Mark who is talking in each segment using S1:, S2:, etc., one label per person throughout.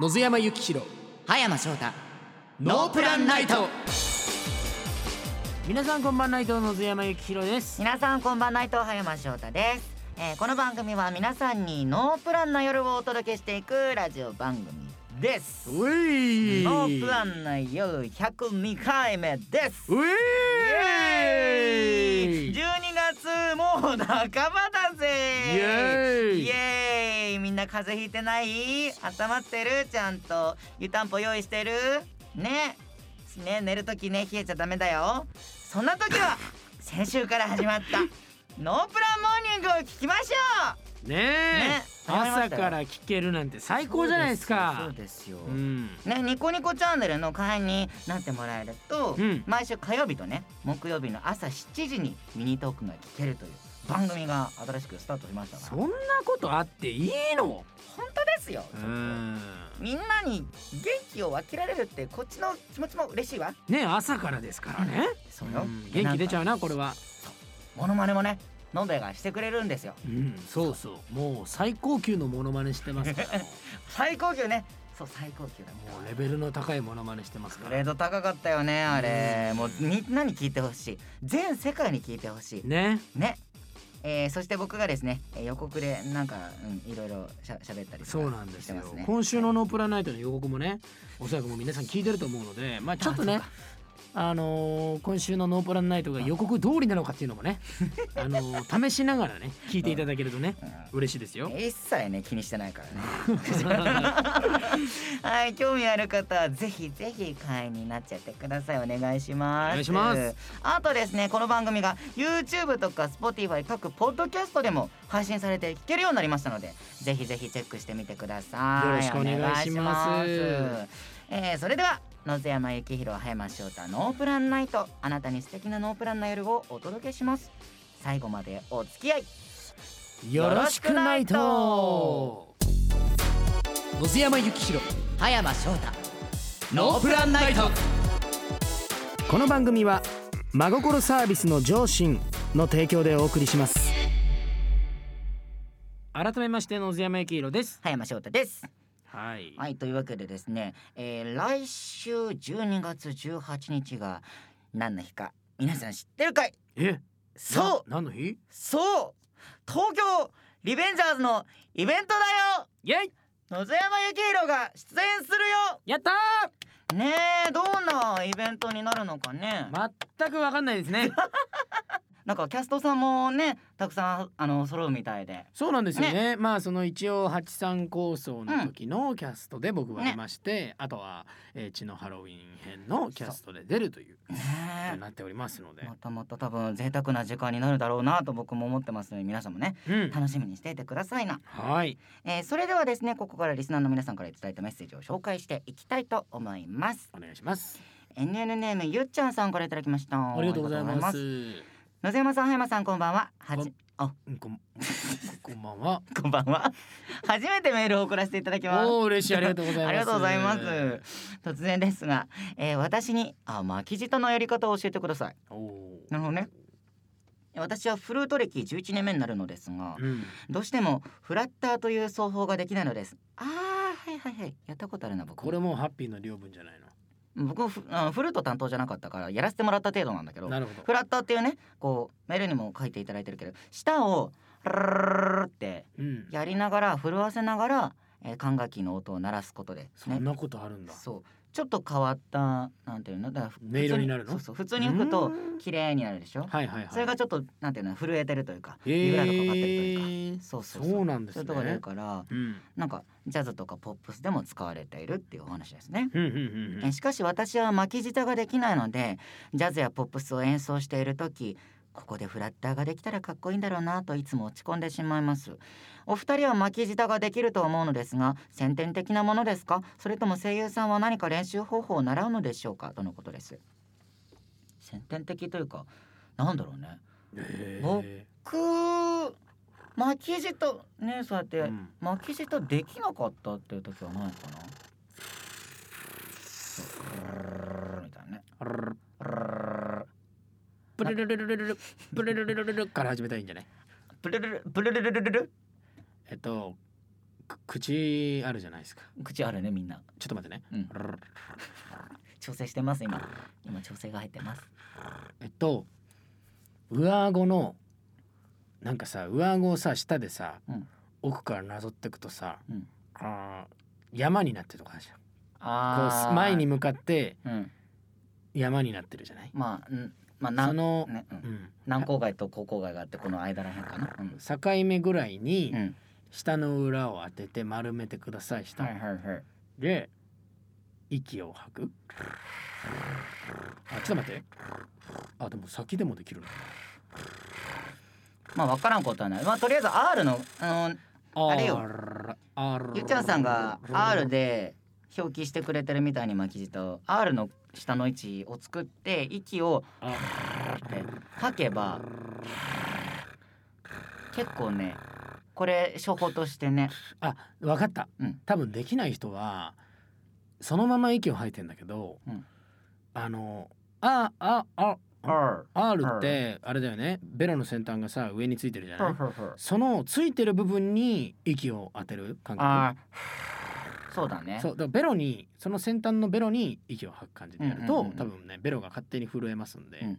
S1: 野津山幸弘
S2: 葉山翔太
S1: ノープランナイト
S3: 皆さんこんばんは内藤の津山幸宏です
S2: 皆さんこんばんは内藤葉山翔太です、えー、この番組は皆さんにノープランな夜をお届けしていくラジオ番組です
S3: うい
S2: ノープランな夜102回目です
S3: う
S2: イエーイ
S3: い
S2: 12月もう半ばだ
S3: イエ
S2: ぜ
S3: ーイ
S2: イエーイみんな風邪ひいてない温まってるちゃんと湯たんぽ用意してるねね寝るときね冷えちゃダメだよそんな 時は先週から始まったノープランモーニングを聞きましょ
S3: ね
S2: う
S3: え
S2: ね
S3: 朝から聞けるなんて最高じゃないです
S2: そ
S3: か
S2: うですよ、
S3: うん
S2: ね、ニコニコチャンネルの会員になってもらえると、
S3: うん
S2: 毎週火曜日とね木曜日の朝7時にミニトークが聞けるという番組が新しくスタートしましたか
S3: そ
S2: ら
S3: んなことあっていいの
S2: 本当ですよ、
S3: うん
S2: みんなに元気を分けられるってこっちの気持ちも嬉しいわ
S3: ねえ朝からですからね
S2: そうよ
S3: うん元気出ちゃ
S2: う
S3: うなこれは
S2: モノマネもねのんべえがしてくれるんですよ
S3: うんそうそうもう最高級のモノマネしてますからも
S2: 最高級ねそう最高級だも
S3: うレベルの高いモノマネしてますか
S2: うグレ
S3: ら
S2: ード高かったよねあれ、
S3: うん
S2: もうみんなに聞いてほしい全世界に聞いてほしい
S3: ね
S2: ね、えー、そして僕がですね、えー、予告でなんか、うん、いろいろしゃ喋ったりとか
S3: そうなんですよ
S2: してますね
S3: 今週の「ノープランナイト」の予告もねおそらくもう皆さん聞いてると思うのでまあちょっとねあのー今週の「ノープランナイト」が予告通りなのかっていうのもねあのー試しながらね聞いていただけるとね嬉しいですよ
S2: うん、一切ね気にしてない からねはい興味ある方はぜひぜひ会員になっちゃってくださいお願いしま
S3: お
S2: す
S3: 願いします
S2: あとですねこの番組が YouTube とか Spotify 各ポッドキャストでも配信されて聞けるようになりましたのでぜひぜひチェックしてみてください
S3: よろしくお願いします
S2: お願いしますえー、それでは野津山幸宏葉山翔太ノープランナイトあなたに素敵なノープランな夜をお届けします最後までお付き合い
S3: よろしくないと
S1: 野津山幸弘
S2: 葉山翔太
S1: ノープランナイト
S3: この番組は真心サービスの上進の提供でお送りします改めまして野津山幸宏です
S2: 葉山翔太です
S3: はい
S2: はいというわけでですね、えー、来週12月18日が何の日か皆さん知ってるかい
S3: え
S2: そう
S3: な何の日
S2: そう東京リベンジャーズのイベントだよ
S3: イェイ
S2: 野津山幸宏が出演するよ
S3: やった
S2: ねえどんなイベントになるのかね、
S3: ー全くわかんないですね
S2: なんかキャストさんもねたくさんあの揃うみたいで
S3: そうなんですよねまあその一応八三構想の時のキャストで僕はいまして、あとは、えー、血のハロウィン編のキャストで出るという
S2: ね
S3: こと
S2: え
S3: になっておりますので
S2: またまた多分贅沢な時間になるだろうなと僕も思ってますので皆さんもね
S3: うん
S2: 楽しみにしていてくださいな、
S3: はい
S2: えーそれではですねここからリスナーの皆さんからいただいたメッセージを紹介していきたいと思います
S3: お願いします
S2: NN ネームゆっちゃんさんからいただきました
S3: ありがとうございます
S2: ありがとうご野瀬山さん葉山さんこんばんはは
S3: こ
S2: じ
S3: ん
S2: あ
S3: うんこんこんばんは
S2: こんばんは初めてメールを送らせていただきます
S3: おお嬉しいありがとうございます
S2: ありがとうございます突然ですが、えー私にあ巻き舌のやり方を教えてください
S3: おお
S2: なるほどね私はフルート歴11年目になるのですが
S3: うん
S2: どうしてもフラッターという奏法ができないのですあーはいはいはいやったことあるな僕
S3: これもうハッピーの両分じゃない
S2: 僕フあフルート担当じゃなかったからやらせてもらった程度なんだけど
S3: のなるほど
S2: フラッターっていうねこうメールにも書いていただいてるけど舌をルルルルルって
S3: うん
S2: やりながら震わせながら、えー管楽器の音を鳴らすことで、ね、
S3: そんなことあるんだ
S2: そうちょっと変わったなんていうのだから
S3: 音色になるの
S2: そうそう普通に吹くと
S3: うん
S2: 綺麗になるでしょ
S3: はいはいはい
S2: それがちょっとなんていうの震えてるというか
S3: へ
S2: ビブラートかかってるという
S3: ー
S2: かそうそう
S3: そうなんです
S2: そうい
S3: ね
S2: うとこが出るから
S3: うん
S2: なんかジャズとかポップスでも使われているっていうお話ですね。
S3: うんうんうんう
S2: え
S3: ん
S2: しかし私は巻き舌ができないのでジャズやポップスを演奏している時ここでフラッターができたらかっこいいんだろうなといつも落ち込んでしまいますお二人は巻き舌ができると思うのですが先天的なものですかそれとも声優さんは何か練習方法を習うのでしょうかとのことです先天的というかなんだろうね
S3: へ
S2: くー巻き舌ねそうや
S3: ー
S2: って
S3: うん
S2: 巻き舌できなかったっていう時はないかなそうみたいなね
S3: あらららプ
S2: プ
S3: ルルルルルルルプルルルルルルから始めたらいいんじゃない
S2: ルルルルルルルルル
S3: えっとく口あるじゃないですか
S2: 口あるねみんな、
S3: ちょっと待ってね
S2: うん、調整してます今今調整が入ってます
S3: えっと上顎のなんかさ上顎をさ下でさ、
S2: うん
S3: 奥からなぞってくとさ、
S2: うん
S3: あー山になってるとかあるじゃんこう
S2: あ
S3: す
S2: ー
S3: 前に、向かって
S2: うん、
S3: 山になってるじゃない
S2: まあ、うん、ま
S3: そ
S2: あ南,、ね
S3: の、
S2: う、
S3: うんん、
S2: 南郊外と高郊外があってこの間らへんかな、うん
S3: 境目ぐらいに
S2: うん、
S3: 下の裏を当てて丸めてください下、
S2: はいはいはい
S3: で息を吐くあちょっと待ってあでも先でもできるな
S2: まあ分からんことはないまあとりあえず R のあのあれよ
S3: あ
S2: ゆっちゃんさんが R で表記してくれてるみたいに巻き舌を R の下の位置を作って息を
S3: あ
S2: って吐けば結構ねこれ処方としてね
S3: あ分かった、
S2: うん
S3: 多分できない人はそのまま息を吐いてんだけど、
S2: うん
S3: あのあああ
S2: R
S3: R ってあれだよねベロの先端がさ上についてるじゃない
S2: あ
S3: そのついてる部分に息を当てる感覚
S2: あそうだね
S3: そうだからベロにその先端のベロに息を吐く感じでやると、
S2: うんうんうんうん
S3: 多分ねベロが勝手に震えますんで、
S2: うん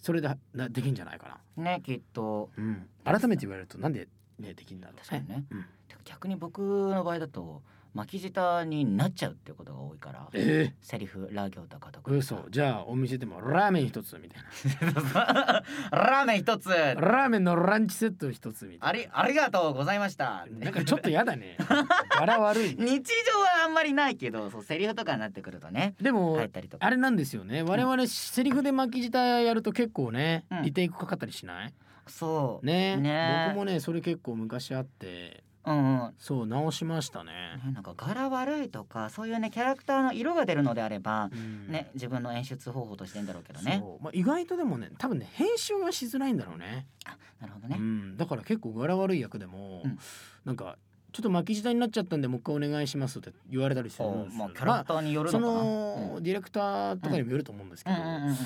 S3: それでなできんじゃないかな、
S2: ねきっと
S3: うん、改めて言われるとなんで、ね、できんだろうね
S2: 確かにね
S3: うん
S2: てか逆に僕の場合だと巻き舌になっちゃうっていうことが多いから
S3: え
S2: セリフラ行とかとか
S3: ー、嘘じゃあお店でもラーメン一つみたい
S2: ラーメン一つ
S3: なラーメンのランチセット一つみた
S2: あ
S3: い
S2: りありがとうございました
S3: ななんかちょっとやだ ね柄悪いね
S2: 日常はあんまりないけどそうセリフとかになってくるとね
S3: でも、
S2: 書いたりとか
S3: あれなんですよね我々セリフで巻き舌やると結構ね、
S2: うん
S3: リテイクかかったりしない
S2: そう
S3: ね
S2: ね
S3: 僕もねそれ結構昔あって
S2: うんうん
S3: そう直しましたね、
S2: ねなんか柄悪いとかそういうねキャラクターの色が出るのであれば
S3: うん
S2: ね自分の演出方法としてんだろうけどね
S3: そう、まあ、意外とでもね多分ね編集がしづらいんだろうね
S2: なるほどね
S3: うん、だから結構柄悪い役でも、
S2: うん
S3: なんかちょっと巻き舌になっちゃったんでもう一回お願いしますって言われたりするん
S2: そう
S3: ですよ
S2: まあキャラクターによる
S3: そ
S2: のかなうん
S3: の、ディレクターとかにもよると思うんですけ
S2: うん
S3: ど、
S2: うんうんうん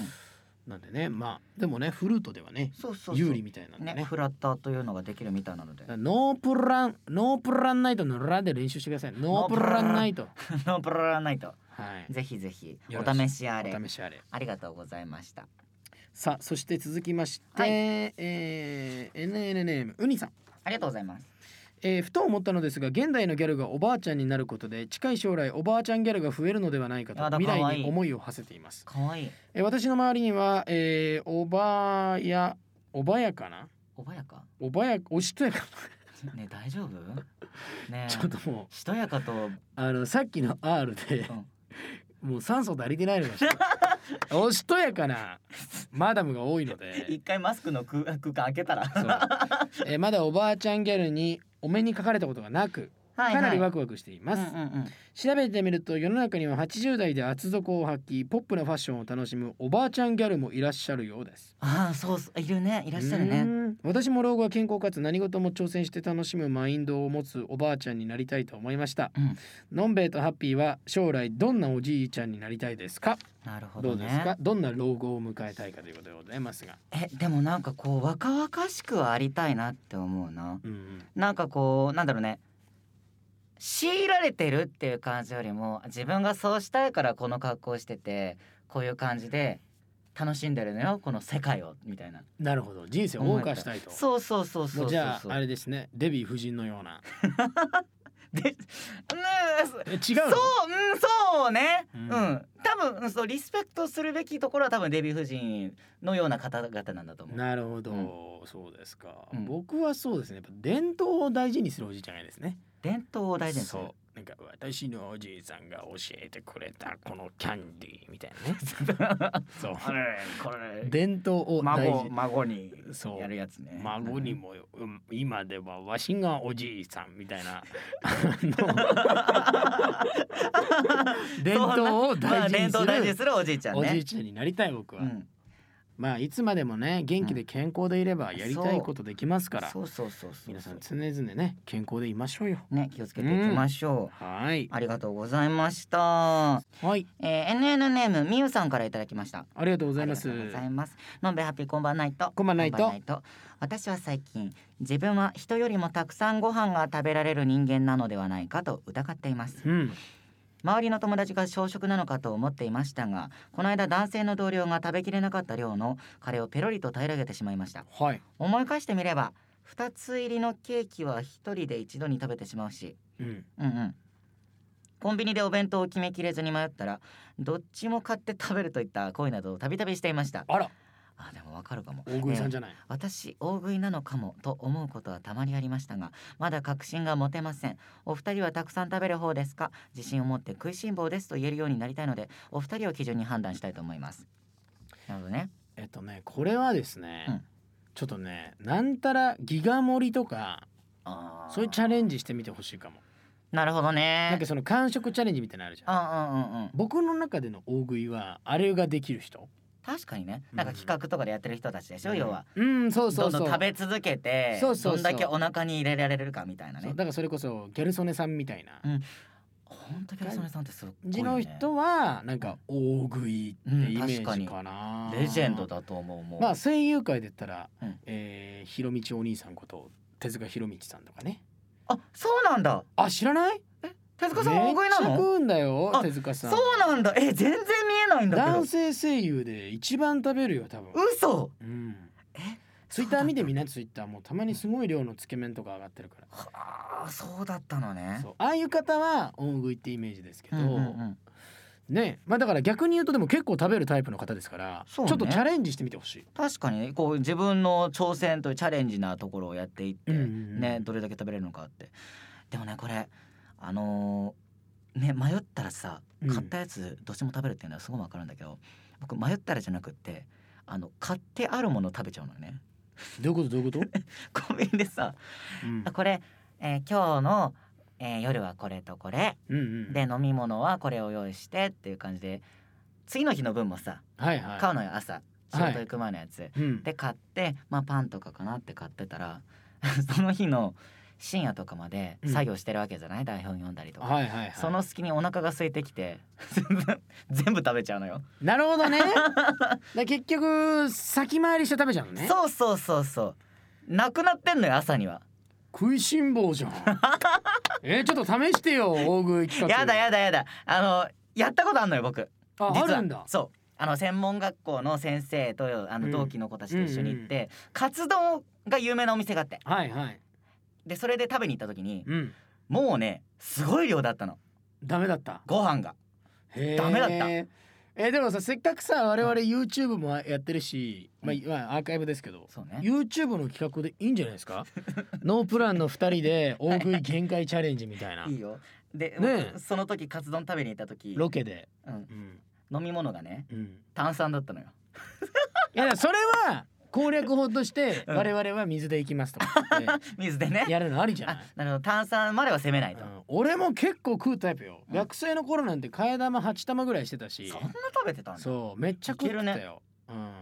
S3: なんでねまあでもねフルートではね
S2: そうそうそう
S3: 有利みたいなんでね
S2: ねフラッターというのができるみたいなので
S3: だからノープランノープランナイトのラで練習してくださいノープランナイト
S2: ノープランナイト
S3: はい
S2: ぜひぜひ
S3: よ
S2: お
S3: ろしい
S2: 試し あれ
S3: お試しあれ
S2: ありがとうございました
S3: さあそして続きまして、
S2: はい
S3: えー、NN ネームウニさん
S2: ありがとうございます
S3: えーふと思ったのですが現代のギャルがおばあちゃんになることで近い将来おばあちゃんギャルが増えるのではないか
S2: や
S3: と
S2: だ
S3: 未
S2: かわ
S3: 来
S2: いい
S3: に思いを馳せています、
S2: かわいい
S3: えー私の周りには、えーおばあやおばやかな
S2: おばやか
S3: おばやおしとやか
S2: ね大丈夫ねえ
S3: なちょっともう
S2: しとやかと
S3: あのさっきの R で、もう酸素足りてないの がおしとやかなマダムが多いので
S2: 一回マスクの空空間開けたら
S3: そう、えーまだおばあちゃんギャルにお目にかかれたことがなく
S2: はい
S3: かなりワ
S2: か
S3: クワクしています、
S2: うんうんうん
S3: 調べてみると世の中には80代で厚底を履きポップなファッションを楽しむおばあちゃんギャルもいらっしゃるようです。
S2: ああそうそういるねい
S3: い
S2: らっしゃるね。
S3: 私も老後は健康かつ何事も挑戦して楽しむマインドを持つおばあちゃんになりたいと思いました。
S2: うん
S3: のんべえとハッピーは将来どんなおじいちゃんになりたいですか
S2: なるほ
S3: ど
S2: ど
S3: うです
S2: ね
S3: かどんな老後を迎えたいかということでございますが。
S2: えでもなんかこう若々しくはありたいなって思うな
S3: うんうん
S2: なんかこうなんだろうね強いられてるっていう感じよりも自分がそうしたいからこの格好をしててこういう感じで楽しんでるのよこの世界をみたいな
S3: なるほど人生を謳歌したいと。
S2: そうそうそう
S3: も
S2: そうう
S3: じ
S2: そう
S3: ゃ
S2: そ
S3: あ
S2: う
S3: あれですねデヴィ夫人のような。
S2: でねえそ
S3: え違う
S2: そう、
S3: の
S2: うん、そうね、
S3: う
S2: うんん、多分うんそうリスペクトするべきところは多分デヴィ夫人のような方々なんだと思う。
S3: なるほど、そうですか、
S2: うん
S3: 僕はそうですねやっぱ伝統を大事にするおじいちゃんがいいですね
S2: 伝統を大事にする。
S3: そうなんか私のおじいさんが教えてくれたこのキャンディーみたいな ねそう
S2: これこれ
S3: 伝統を大事
S2: 孫孫に
S3: そう
S2: やるやつね。
S3: 孫にも、うん今ではわしがおじいさんみたいなあ の伝統を
S2: まあ
S3: 大事にす
S2: 伝統を大事に
S3: る
S2: するおじいちゃん
S3: お
S2: ね。
S3: じいちゃんになりたい僕は、
S2: うん
S3: まあいつまでもね元気で健康でいればやりたいことできますから、
S2: そうそうそうそう
S3: 皆さん常々ね健康でいましょうよ
S2: ね気をつけていきましょう、
S3: はい
S2: ありがとうございました、
S3: はい
S2: えー、NN ネームみゆさんからいただきました
S3: ありがとうございます
S2: ありがとうございます。のんべえハッピーこんばんないと。
S3: こんばんないと
S2: 私は最近自分は人よりもたくさんご飯が食べられる人間なのではないかと疑っています。
S3: うん
S2: 周りの友達が小食なのかと思っていましたが、この間男性の同僚が食べきれなかった量のカレーをペロリと平らげてしまいました。
S3: はい
S2: 思い返してみれば、2つ入りのケーキは1人で一度に食べてしまうし、
S3: うん
S2: うんうん。コンビニでお弁当を決めきれずに迷ったらどっちも買って食べるといった行為などをたびたびしていました
S3: あら
S2: あでもわかるかも
S3: 大食いさんじ
S2: ゃ、
S3: ゃない
S2: えー私大食いなのかもと思うことはたまにありましたがまだ確信が持てませんお二人はたくさん食べる方ですか自信を持って食いしん坊ですと言えるようになりたいのでお二人を基準に判断したいと思いますなるほどね
S3: えっとねこれはですね、
S2: うん
S3: ちょっとねなんたらギガ盛りとか
S2: あ
S3: そういうチャレンジしてみてほしいかも
S2: なるほど
S3: なん
S2: ね
S3: かその完食チャレンジみたいなのあるじゃん
S2: うんうんうんうん
S3: 僕の中での大食いはあれができる人
S2: 確かにね
S3: うん
S2: なんか企画とかでやってる人たちでしょ、要は
S3: うんそうそ
S2: ど
S3: うんそう
S2: どん食べ続けて
S3: そうそうそう
S2: どんだけお腹に入れられるかみたいな
S3: そう
S2: ね
S3: だからそれこそギャル曽根さんみたいな
S2: 本当ギャル曽根さんってすっごい
S3: 字
S2: よ
S3: の
S2: ね
S3: 人はなんか大食いってイメ
S2: うん確か
S3: ー
S2: に
S3: ジかな、
S2: レジェンドだと思うもう
S3: まあ声優界で言ったら、
S2: うん
S3: えー、ひろみちお兄さんこと手塚ひろみちさんとかね
S2: あそうなんだ
S3: あ知らない
S2: 手塚さんは大食いな
S3: めっちゃ
S2: の
S3: 食うんだよ
S2: あ
S3: 手塚さん
S2: そうなんだえ全然見えないんだけど
S3: 男性声優で一番食べるよ多分
S2: 嘘
S3: うん
S2: え
S3: ツイッター見てみなツイッターもうたまにすごい量のつけ麺とか上がってるから
S2: はあそうだったのね
S3: そうああいう方は大食いってイメージですけど、
S2: んうんうん
S3: ねまあだから逆に言うとでも結構食べるタイプの方ですから、ち
S2: そ
S3: ょ
S2: う
S3: っ
S2: ね
S3: とチャレンジしてみてほしい。
S2: 確かにねこう自分の挑戦というチャレンジなところをやっていって、
S3: うんうんうん
S2: ねどれだけ食べれるのかってでもねこれあのーね迷ったらさ
S3: うん
S2: 買ったやつどっちも食べるっていうのはすごいわかるんだけど、僕迷ったらじゃなくってあの買ってあるもの食べちゃうのね
S3: どういうことどういうこと？
S2: コンビニでさ
S3: うん
S2: これ、えー今日の、えー夜はこれとこれ
S3: うん うん、
S2: で飲み物はこれを用意してっていう感じで次の日の分もさ
S3: はいはい。
S2: 買うのよ朝仕
S3: はい
S2: 事行く前のやつ、
S3: うん、
S2: で買って、まあ、パンとかかなって買ってたら その日の深夜とかまで
S3: うん
S2: 作業してるわけじゃない、台本読んだりとか、
S3: はいはいはい。
S2: その隙にお腹が空いてきて 全部食べちゃうのよ、
S3: なるほどね。 だから結局先回りして食べちゃうのね。
S2: そうそうそうそうなくなってんのよ朝には
S3: 食いしん坊 じゃん。えー、ちょっと試してよ大食い企画。
S2: やだやだやだあのやったことあんのよ僕
S3: あ
S2: 実
S3: あ
S2: は
S3: るんだ。
S2: そうあの専門学校の先生とあ
S3: う
S2: の
S3: ん
S2: 同期の子たちと一緒に行って、カツ丼が有名なお店があって
S3: はいはい。
S2: でそれで食べに行った時に
S3: うん。
S2: もうねすごい量だったの
S3: ダメだった。
S2: ご飯が
S3: へー
S2: ダメだった
S3: えー、でもさせっかくさ我々 YouTube もやってるし、まあいまあアーカイブですけど、
S2: そうね
S3: YouTube の企画でいいんじゃないです かノープランの2人で大食い限界チャレンジみたいない
S2: いよで、
S3: ねえ
S2: その時カツ丼食べに行った時、
S3: ロケで、
S2: うん
S3: うん
S2: 飲み物がね
S3: うん、い
S2: 炭酸だったのよ
S3: やだからそれは攻略法として
S2: うん
S3: 我々は水でいきますとか言っ
S2: 水でね
S3: てやるのありじゃない
S2: あ、なるほど炭酸までは攻めないと、
S3: うん俺も結構食うタイプよ、
S2: うん
S3: 学生の頃なんて替え玉8玉ぐらいしてたし
S2: そんな食べてたんだ
S3: そうめっちゃ食ってた
S2: いけ
S3: よ、うん、
S2: は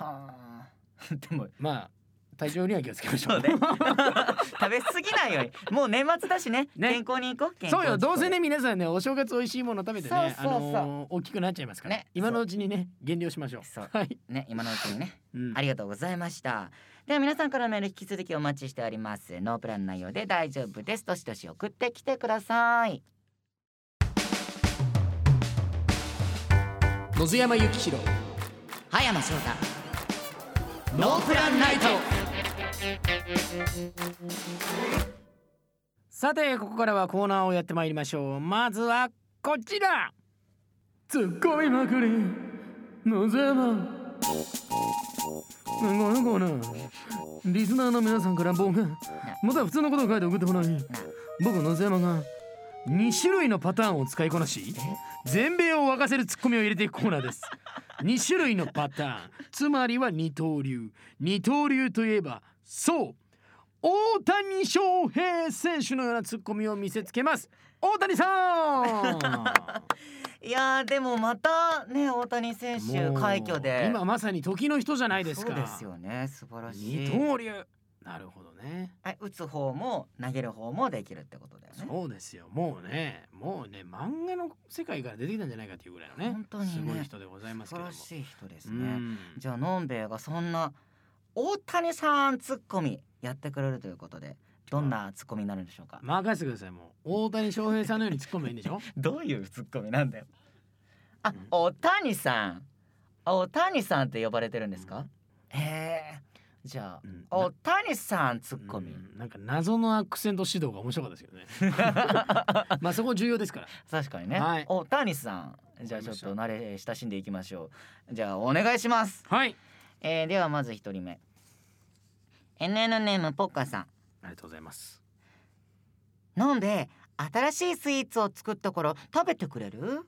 S2: あ でも
S3: まあ体調には気をつけましょ
S2: そう
S3: う
S2: ね食べ過ぎないようにもう年末だしね
S3: ね
S2: 健康に行こう健康
S3: そうよ
S2: に行
S3: ど
S2: こ
S3: うせね皆さんねお正月美味しいもの食べてね
S2: そうそうそう
S3: あのー大きくなっちゃいますから、
S2: ね
S3: 今のうちにね減量しましょう
S2: そう
S3: はい、
S2: ね今のうちにね
S3: うん
S2: ありがとうございました。では皆さんからのメール引き続きお待ちしております。ノープランの内容で大丈夫です。どしどし送ってきてください。
S1: 野津山幸弘
S2: 葉山翔太。
S1: ノープランナイト
S3: さてここからはコーナーをやってまいりましょうまずはこちら突っ込みまくりのぜますごいコーナーリスナーの皆さんから僕がまた普通のことを書いて送ってこない僕野津山が2種類のパターンを使いこなし全米を沸かせるツッコミを入れていくコーナーです2種類のパターンつまりは二刀流二刀流といえばそう大谷翔平選手のようなツッコミを見せつけます大谷さん
S2: いやーでもまたね大谷 選手
S3: もう
S2: 快挙で
S3: 今まさに時の人じゃないですか
S2: そうですよね素晴らし
S3: 二
S2: い
S3: 刀流なるほどね
S2: はい打つ方も投げる方もできるってことだよね
S3: そうですよもうねもうね漫画の世界から出てきたんじゃないかというぐらいのね
S2: 本当にね
S3: すごい人でございます
S2: 素
S3: け
S2: 晴
S3: ども
S2: らしい人です
S3: う
S2: ね
S3: ん
S2: じゃあのんべえがそんな大谷さんツッコミやってくれるということでどんなツッコミになるんでしょうか
S3: 任せてくださいもう大谷翔平さんのように突っ込めばいいんでしょ
S2: どういうツッコミなんだよあ
S3: うん
S2: 大谷さん大谷さんって呼ばれてるんですか、へえじゃあ
S3: うん
S2: 大谷さんツ
S3: う
S2: ッ
S3: ん
S2: コミ、
S3: なんか謎のアクセント指導が面白かったですけどね まあそこ重要ですから
S2: 確かにね、
S3: はい
S2: 大谷さんじゃあちょっと慣れ親しんでいきましょうじゃあお願いします、
S3: はい
S2: えー、ではまず一人目 NN ネームポッカさん
S3: ありがとうございます
S2: なんで新しいスイーツを作ったから食べてくれる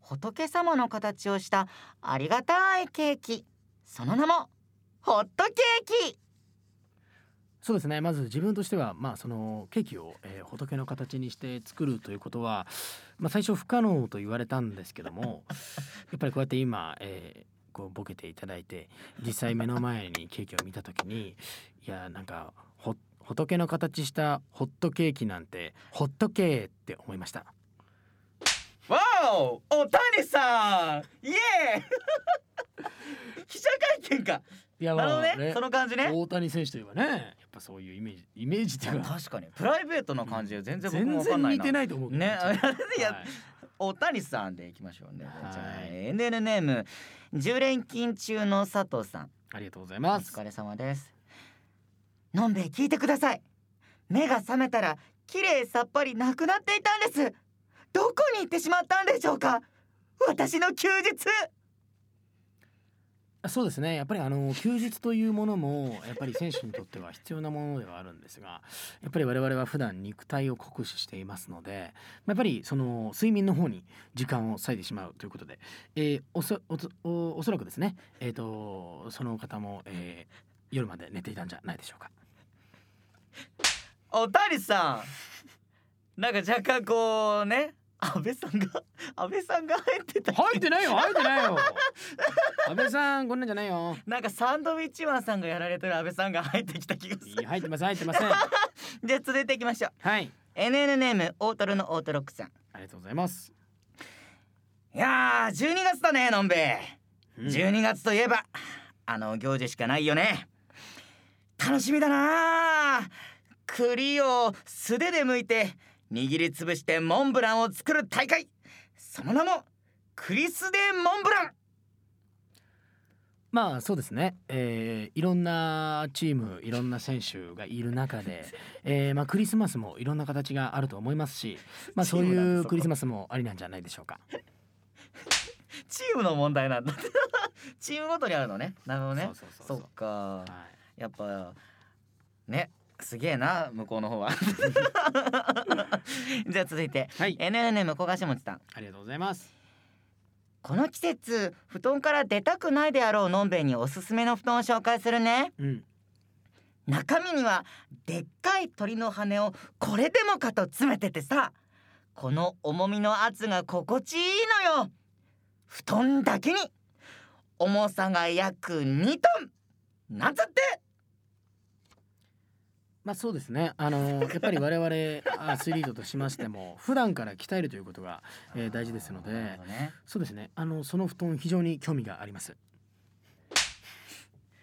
S2: 仏様の形をしたありがたいケーキその名もホットケーキ
S3: そうですねまず自分としては、まあ、そのケーキを、えー仏の形にして作るということは、まあ、最初不可能と言われたんですけど もやっぱりこうやって今、えーこうボケていただいて実際目の前にケーキを見た時にいやなんかほ仏の形したホットケーキなんてホットケーって思いました。
S2: わおおたにさんイ エーイ記者会見か
S3: いや
S2: なるほどね
S3: まあね
S2: その感じね
S3: 大谷選手といえばねやっぱそういうイメージイメージっていうか
S2: 確かにプライベートの感じで全然僕も
S3: 全
S2: わかん
S3: 然
S2: ない
S3: 似
S2: な
S3: てないと思うけど
S2: ねいや
S3: はい
S2: おたにさんでいきましょうね、
S3: はい
S2: じゃあ NN ネーム10連勤中の佐藤さん
S3: ありがとうござい
S2: お
S3: ます。
S2: 疲れ様ですのんべえ聞いてください目が覚めたら綺麗さっぱりなくなっていたんですどこに行ってしまったんでしょうか私の休日
S3: そうですねやっぱりあの休日というものもやっぱり選手にとっては必要なものではあるんですがやっぱり我々は普段肉体を酷使していますのでまあやっぱりその睡眠の方に時間を割いてしまうということで、えーおそおそおおそらくですねえー、とその方も、えー夜まで寝ていたんじゃないでしょうか。
S2: おたりさんなんか若干こうね安倍さんが安倍さんが入ってた
S3: 入ってないよ 入ってないよ安倍さんこんなんじゃないよ。
S2: なんかサンドウィッチマンさんがやられてる安倍さんが入ってきた気がす
S3: い
S2: る
S3: い入ってません入ってません。
S2: じゃあ続いていきましょう
S3: はい。
S2: NN ネームオートルのオートロックさん
S3: ありがとうございます。
S2: いやー12月だねのんべえ
S3: うん
S2: 12月といえばあの行事しかないよね楽しみだなあ栗を素手で剥いて握りつぶしてモンブランを作る大会その名もクリス・デ・モンブラン
S3: まあそうですね、えーいろんなチームいろんな選手がいる中で、えーまあ、クリスマスもいろんな形があると思いますし、まあ、そう
S2: チームな
S3: い
S2: んだ
S3: う
S2: そこ
S3: クリスマスもありなんじゃないでしょうか。
S2: チームの問題なんだ チームごとにあるのねなるほどね
S3: そうそうそ
S2: そうっか
S3: はい
S2: やっぱねすげえな向こう の方はじゃあ続いて
S3: はい、
S2: NNM 小賀下地さん
S3: ありがとうございます。
S2: この季節布団から出たくないであろうのんべいにおすすめの布団を紹介するね
S3: うん、
S2: 中身にはでっかい鳥の羽をこれでもかと詰めててさこの重みの圧が心地いいのよ布団だけに重さが約2トンなんつって
S3: まあそうですね、あのーやっぱり我々アスリートとしましても普段から鍛えるということが、えー大事ですの
S2: なる
S3: で
S2: ほどね
S3: そうですねあのその布団非常に興味があります。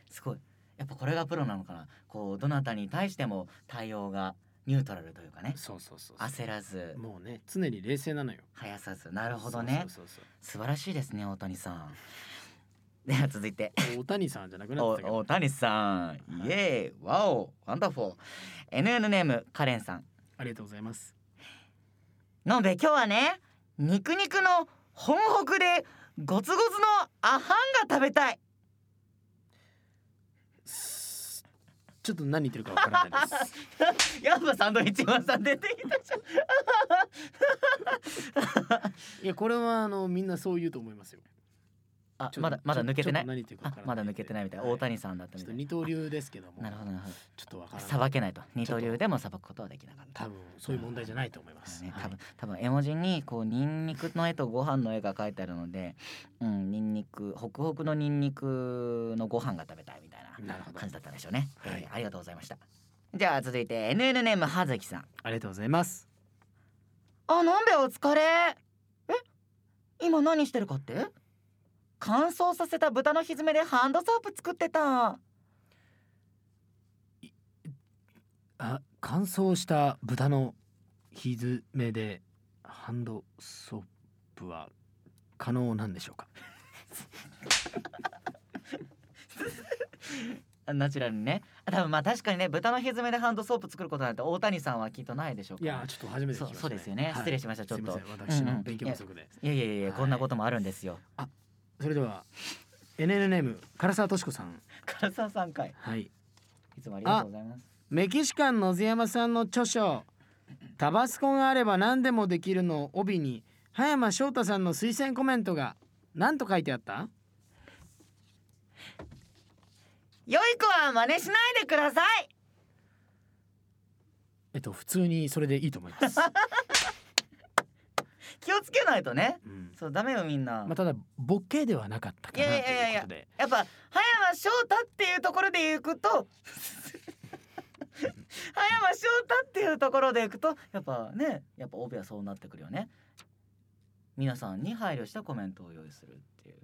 S2: すごいやっぱこれがプロなのかなこうどなたに対しても対応がニュートラルというかね
S3: そうそうそうそう
S2: 焦らず
S3: もうね常に冷静なのよ。
S2: 生やさずなるほどね
S3: そうそう
S2: 素晴らしいですね大谷さん では続いて
S3: そうそう大谷さんじゃなくなってたけど
S2: お大谷さんイエーイワオワンダフォー NN ネームカレンさん
S3: ありがとうございます。
S2: のんべ今日はね肉肉の本北でゴツゴツのアハンが食べたい
S3: ちょっと何言ってるかわからないです。
S2: やっぱサンドイッチマンさん出てきたじゃん
S3: いやこれはあのみんなそう言うと思いますよ。ち
S2: あ
S3: ょっと
S2: まだまだ抜けて
S3: ちょっ
S2: ない
S3: と何言ってるか
S2: あ
S3: 分からない
S2: まだ抜けてないみたいな
S3: はい
S2: 大谷さんだった
S3: ちょ
S2: み
S3: ったと二
S2: いな
S3: 刀流ですけども
S2: なるほどなるほど
S3: ちょっとわからない
S2: さばけないと二
S3: ちょっと
S2: 刀流でもさばくことはできなかった
S3: 多分そういう問題じゃないと思います、
S2: ね、
S3: はい
S2: 多分多分絵文字にこうニンニクの絵とご飯の絵が描いてあるので、うん、ニンニクホクホクのニンニクのご飯が食べたいみたい
S3: なるほど
S2: な感じだったんでしょうね、
S3: はい
S2: えーありがとうございましたじゃあ続いて NN ネーム葉月さん
S4: ありがとうございます
S2: あ飲んでお疲れえ今何してるかって乾燥させた豚のひずめでハンドソープ作ってた
S3: あ乾燥した豚のひずめでハンドソープは可能なんでしょうか
S2: ナチュラルにねあ多分まあ確かにね豚のひずめでハンドソープ作ることなんて大谷さんはきっとないでしょう
S3: い
S2: から
S3: やちょっと初めて聞きました、
S2: そうそうですよね失礼しましたちょっと
S3: すいません私の勉強不足で、
S2: いやいやいやいや、
S3: はい
S2: こんなこともあるんですよ。
S3: それでは NN ネーム唐沢敏子さん
S2: 唐沢さんかい。
S3: はい
S2: いつもありがとうございます。
S3: メキシカン野津山さんの著書「タバスコがあれば何でもできる」の帯に葉山翔太さんの推薦コメントが何と書いてあった
S2: 良い子は真似しないでください。
S3: えっと普通にそれでいいと思い ます、
S2: 気をつけないとね。
S3: うん
S2: そうダメよみんな。
S3: まあ、ただボケではなかったかなと
S2: い
S3: い
S2: やいやいう
S3: こ
S2: やい
S3: とで
S2: やっぱ葉山翔太っていうところで行くと。 葉山翔太っていうところで行くとやっぱねやっぱ帯はそうなってくるよね皆さんに配慮したコメントを用意するっていう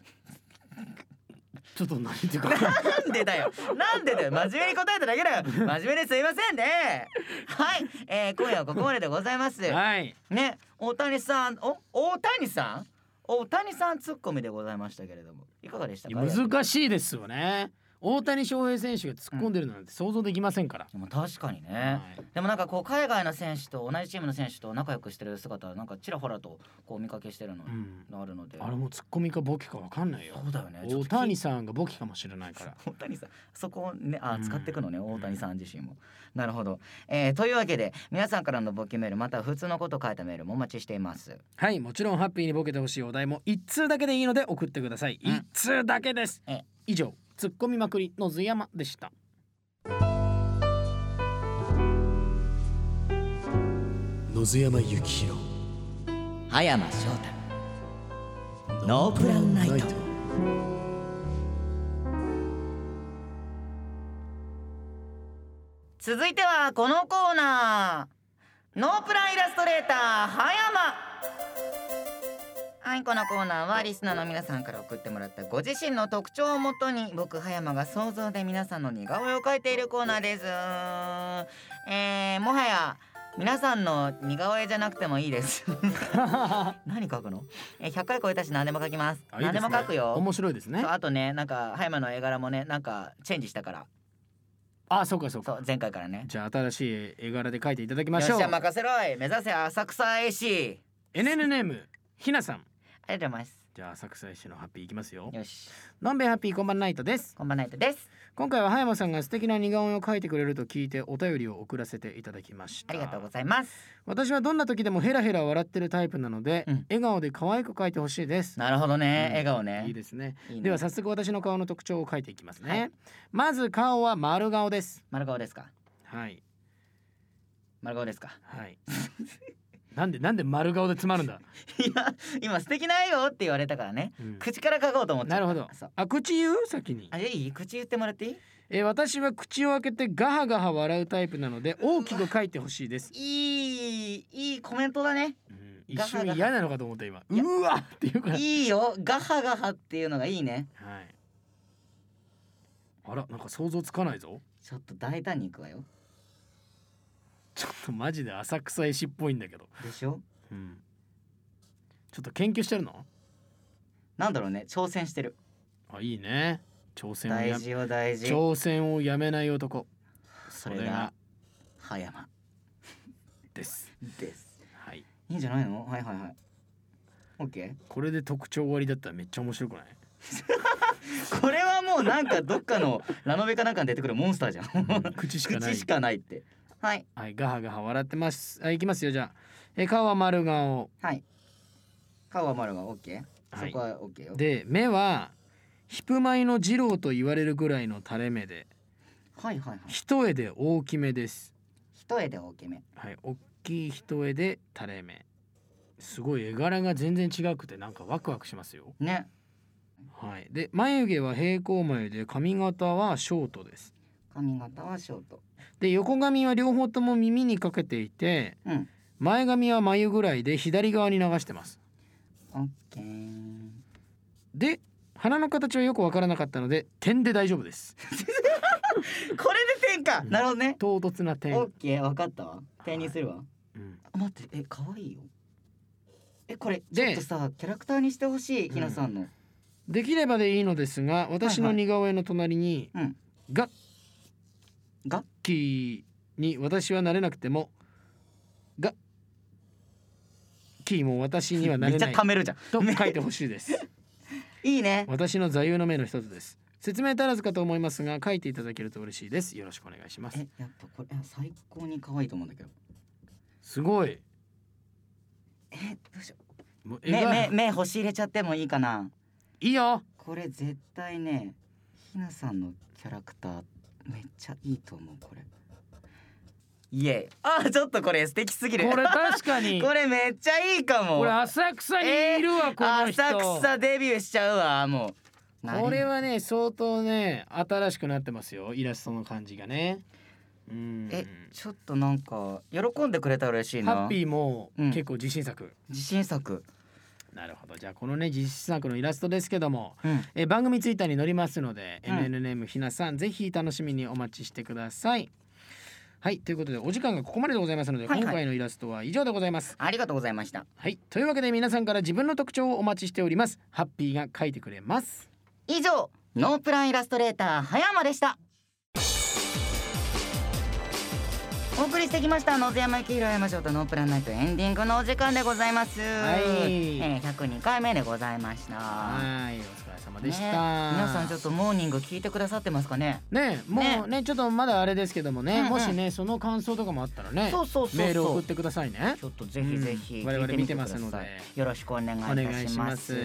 S3: ちょっと何ていう か
S2: なんでだよなんでだよ真面目に答えただけだよ真面目ですいませんねはい、えー、今夜はここまででございます
S3: はい
S2: ね大谷さんお大谷さん大谷さんツッコミでございましたけれどもいかがでしたか
S3: 難しいですよね大谷翔平選手が突っ込んでるなんて想像できませんから、
S2: でも確かにね
S3: はい
S2: でもなんかこう海外の選手と同じチームの選手と仲良くしてる姿なんかちらほらとこう見かけしてるの
S3: うん、
S2: があるので、
S3: あれも突っ込みかボケかわかんないよ
S2: そうだよね
S3: 大谷さんがボケかもしれないから
S2: 大谷さんそこをねあ
S3: うん
S2: 使っていくのね、大谷さん自身も。なるほど、えーというわけで皆さんからの募金メールまたは普通のことを書いたメールもお待ちしています。
S3: はいもちろんハッピーにボケてほしいお題も一通だけでいいので送ってください、
S2: うん
S3: 一通だけです
S2: ええ
S3: 以上突っ込みまくりのずやまでした
S1: 野津山幸宏
S2: 葉山翔太
S1: ノープランナイト
S2: 続いてはこのコーナーノープランイラストレーター葉山はいこのコーナーはリスナーの皆さんから送ってもらったご自身の特徴をもとに僕葉山が想像で皆さんの似顔絵を描いているコーナーですえー、もはや皆さんの似顔絵じゃなくてもいいです 何描くのえー100回超えたし何でも描きます
S3: あいいす
S2: 何
S3: ね
S2: でも描くよ
S3: 面白いですね
S2: そうあとねなんか葉山の絵柄もねなんかチェンジしたから
S3: あそうかそう
S2: そ
S3: か
S2: う前回からね
S3: じゃあ新しい絵柄で描いていただき
S2: よ
S3: ま
S2: っ
S3: し
S2: し
S3: ょう
S2: ゃ任せろい目指せ浅草絵師
S3: NN ネームひなさん
S2: ありがとうございます
S3: じゃあ浅草市のハッピーいきますよ
S2: よし
S3: のんべいハッピーこんばんナイトです
S2: こんばんはナイトです
S3: 今回は葉山さんが素敵な似顔絵を描いてくれると聞いてお便りを送らせていただきました
S2: ありがとうございます
S3: 私はどんな時でもヘラヘラ笑ってるタイプなので、
S2: うん
S3: 笑顔で可愛く描いてほしいです
S2: なるほどね、
S3: うん
S2: 笑顔ね
S3: いいですね
S2: いいね
S3: では早速私の顔の特徴を書いていきますね、
S2: はい
S3: まず顔は丸顔です
S2: 丸顔ですか
S3: はい
S2: 丸顔ですか
S3: はいなんでなんで丸顔で詰まるんだ、
S2: いや今素敵ないよって言われたからね
S3: うん
S2: 口から書こうと思って
S3: なるほど
S2: そう
S3: あ口言う先に
S2: あれいい口言ってもらっていい
S3: えー私は口を開けてガハガハ笑うタイプなので大きく書いてほしいです、
S2: いいいいコメントだ ね
S3: うん一
S2: ガハガハ
S3: 瞬嫌なのかと思った今
S2: いや
S3: うわっていうから
S2: いいよガハガハっていうのがいいね
S3: はい。あら、なんか想像つかないぞ。
S2: ちょっと大胆にいくわよ
S3: ちょっとマジで浅草絵師っぽいんだけど。
S2: でしょ
S3: うん。ちょっと研究してるの？
S2: なんだろうね挑戦してる
S3: あ、いいね。挑戦をや
S2: 大事よ大事
S3: 挑戦をやめない男。
S2: それが葉山
S3: です。
S2: です
S3: はい。
S2: いいんじゃないのはいはいはい。オッケ
S3: これで特徴終わりだったらめっちゃ面白くない？
S2: ー。これはもうなんかどっかのラノベかなんかに出てくるモンスターじゃ
S3: うん
S2: ん。
S3: 口しかない
S2: 口しかないって。はい
S3: はい、ガハガハ笑ってます。はい、行きますよじゃあ。え顔は丸顔
S2: はい。顔は丸がオッケー。
S3: は
S2: そ
S3: い
S2: こはオッケーよ。
S3: で目はヒプマイの二郎と言われるぐらいの垂れ目で
S2: はいはいはい
S3: 一重で大きめです
S2: 一重で大きめ
S3: はい大きい一重で垂れ目すごい絵柄が全然違くてなんかワクワクしますよ
S2: ね
S3: はいで眉毛は平行眉で髪型はショートです
S2: 髪型はショート
S3: で横髪は両方とも耳にかけていて
S2: うん
S3: 前髪は眉ぐらいで左側に流してます
S2: オッケー
S3: で鼻の形はよくわからなかったので点で大丈夫です
S2: これで点か
S3: うん
S2: なるほどね
S3: 唐突な
S2: オ
S3: 点、
S2: ッケー分かったわ点にするわ
S3: うん
S2: あ待ってえ可愛いよえこれちょ
S3: で
S2: っとさキャラクターにしてほしいひなさんの
S3: できればでいいのですが私の似顔絵の隣に
S2: はいはいうん
S3: 「ガッ
S2: ガッ
S3: キー」に私はなれなくても「ガッキー」も私にはな
S2: め
S3: れ
S2: っちゃ
S3: ない
S2: 貯めるじゃん
S3: と書いてほしいです
S2: いいね
S3: 私の座右の銘の一つです説明足らずかと思いますが書いていただけると嬉しいですよろしくお願いします
S2: えやっぱこれえ最高に可愛いと思うんだけど
S3: すごい
S2: えどうしよう
S3: もう絵
S2: 目
S3: が
S2: 目目星入れちゃってもいいかない
S3: いよ
S2: これ絶対ねひなさんのキャラクターめっちゃいいと思うこれイエイあちょっとこれ素敵すぎ
S3: こ
S2: る
S3: れ確か に
S2: こ
S3: これ
S2: れめっちゃいいかも
S3: 浅草にいるわ、この人
S2: 浅草デビューしちゃうわもう
S3: これ
S2: は
S3: はね相当ね新しくなってますよイラストの感じがねうん
S2: えちょっとなんか喜んでくれたら嬉しいな
S3: ハッピーも
S2: うん
S3: 結構自信作、
S2: 自信作
S3: なるほどじゃあこのね自信作のイラストですけども
S2: うん
S3: え番組ツイッターに載りますので、
S2: うん
S3: MN ネームひなさんぜひ楽しみにお待ちしてくださいはいということでお時間がここまででございますので、
S2: はいはい
S3: 今回のイラストは以上でございます
S2: ありがとうございました
S3: はいというわけで皆さんから自分の特徴をお待ちしておりますハッピーが書いてくれます
S2: 以上ノープランイラストレーター葉山でしたお送りしてきました野津山幸宏山翔とノープランナイトエンディングのお時間でございます、
S3: はい
S2: えー、102回目でございました
S3: はいお疲れ様でした、
S2: ね皆さんちょっとモーニング聞いてくださってますかね
S3: ねもうねちょっとまだあれですけどもね、
S2: うんうん
S3: もしねその感想とかもあったらね
S2: そうそうそうそう
S3: メール送ってくださいね
S2: ちょっとぜひぜひ
S3: うん我
S2: 聞い
S3: 々
S2: てみてください、
S3: 見てますので
S2: よろしくお願いい
S3: お願
S2: た
S3: い
S2: し
S3: し
S2: ま
S3: ますす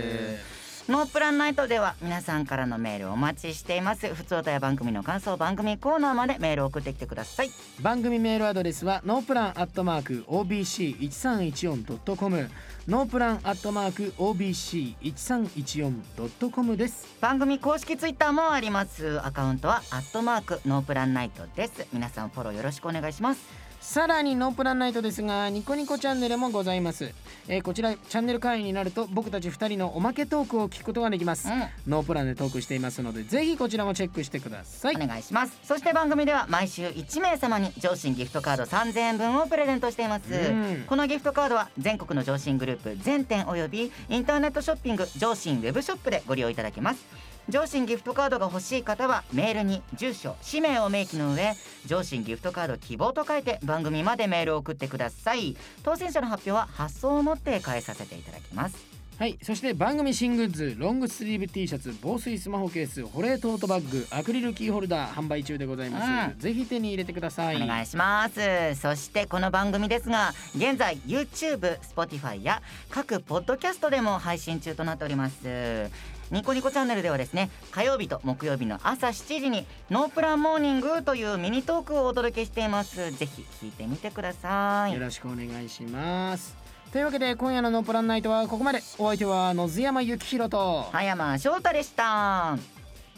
S2: ノープランナイトでは皆さんからのメールをお待ちしています普通歌や番組の感想番組コーナーまでメールを送ってきてください
S3: 番組メールアドレスはノープランアットマーク OBC1314.com ノープランアットマーク OBC1314.com です
S2: 番組公式ツイッターもありますアカウントはアットマークノープランナイトです皆さんフォローよろしくお願いします
S3: さらにノープランナイトですがニコニコチャンネルもございます、えーこちらチャンネル会員になると僕たち2人のおまけトークを聞くことができます、
S2: う
S3: ノープランでトークしていますのでぜひこちらもチェックしてください
S2: お願いしますそして番組では毎週1名様に上信ギフトカード3000円分をプレゼントしています
S3: うん
S2: このギフトカードは全国の上信グループ全店およびインターネットショッピング上信ウェブショップでご利用いただけます上信ギフトカードが欲しい方はメールに住所氏名を明記の上上信ギフトカード希望と書いて番組までメールを送ってください当選者の発表は発送をもって返させていただきます
S3: はいそして番組新グッズロングスリーブ T シャツ防水スマホケース保冷トートバッグアクリルキーホルダー販売中でございます、
S2: う
S3: ぜひ手に入れてください
S2: お願いしますそしてこの番組ですが現在 YouTube、Spotify や各ポッドキャストでも配信中となっておりますニコニコチャンネルではですね火曜日と木曜日の朝7時にノープランモーニングというミニトークをお届けしていますぜひ聞いてみてください
S3: よろしくお願いしますというわけで今夜のノープランナイトはここまでお相手は野津山幸宏と
S2: 葉山翔太でした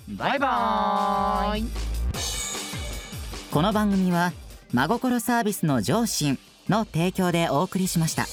S2: バイバーイこの番組は真心サービスの上信の提供でお送りしました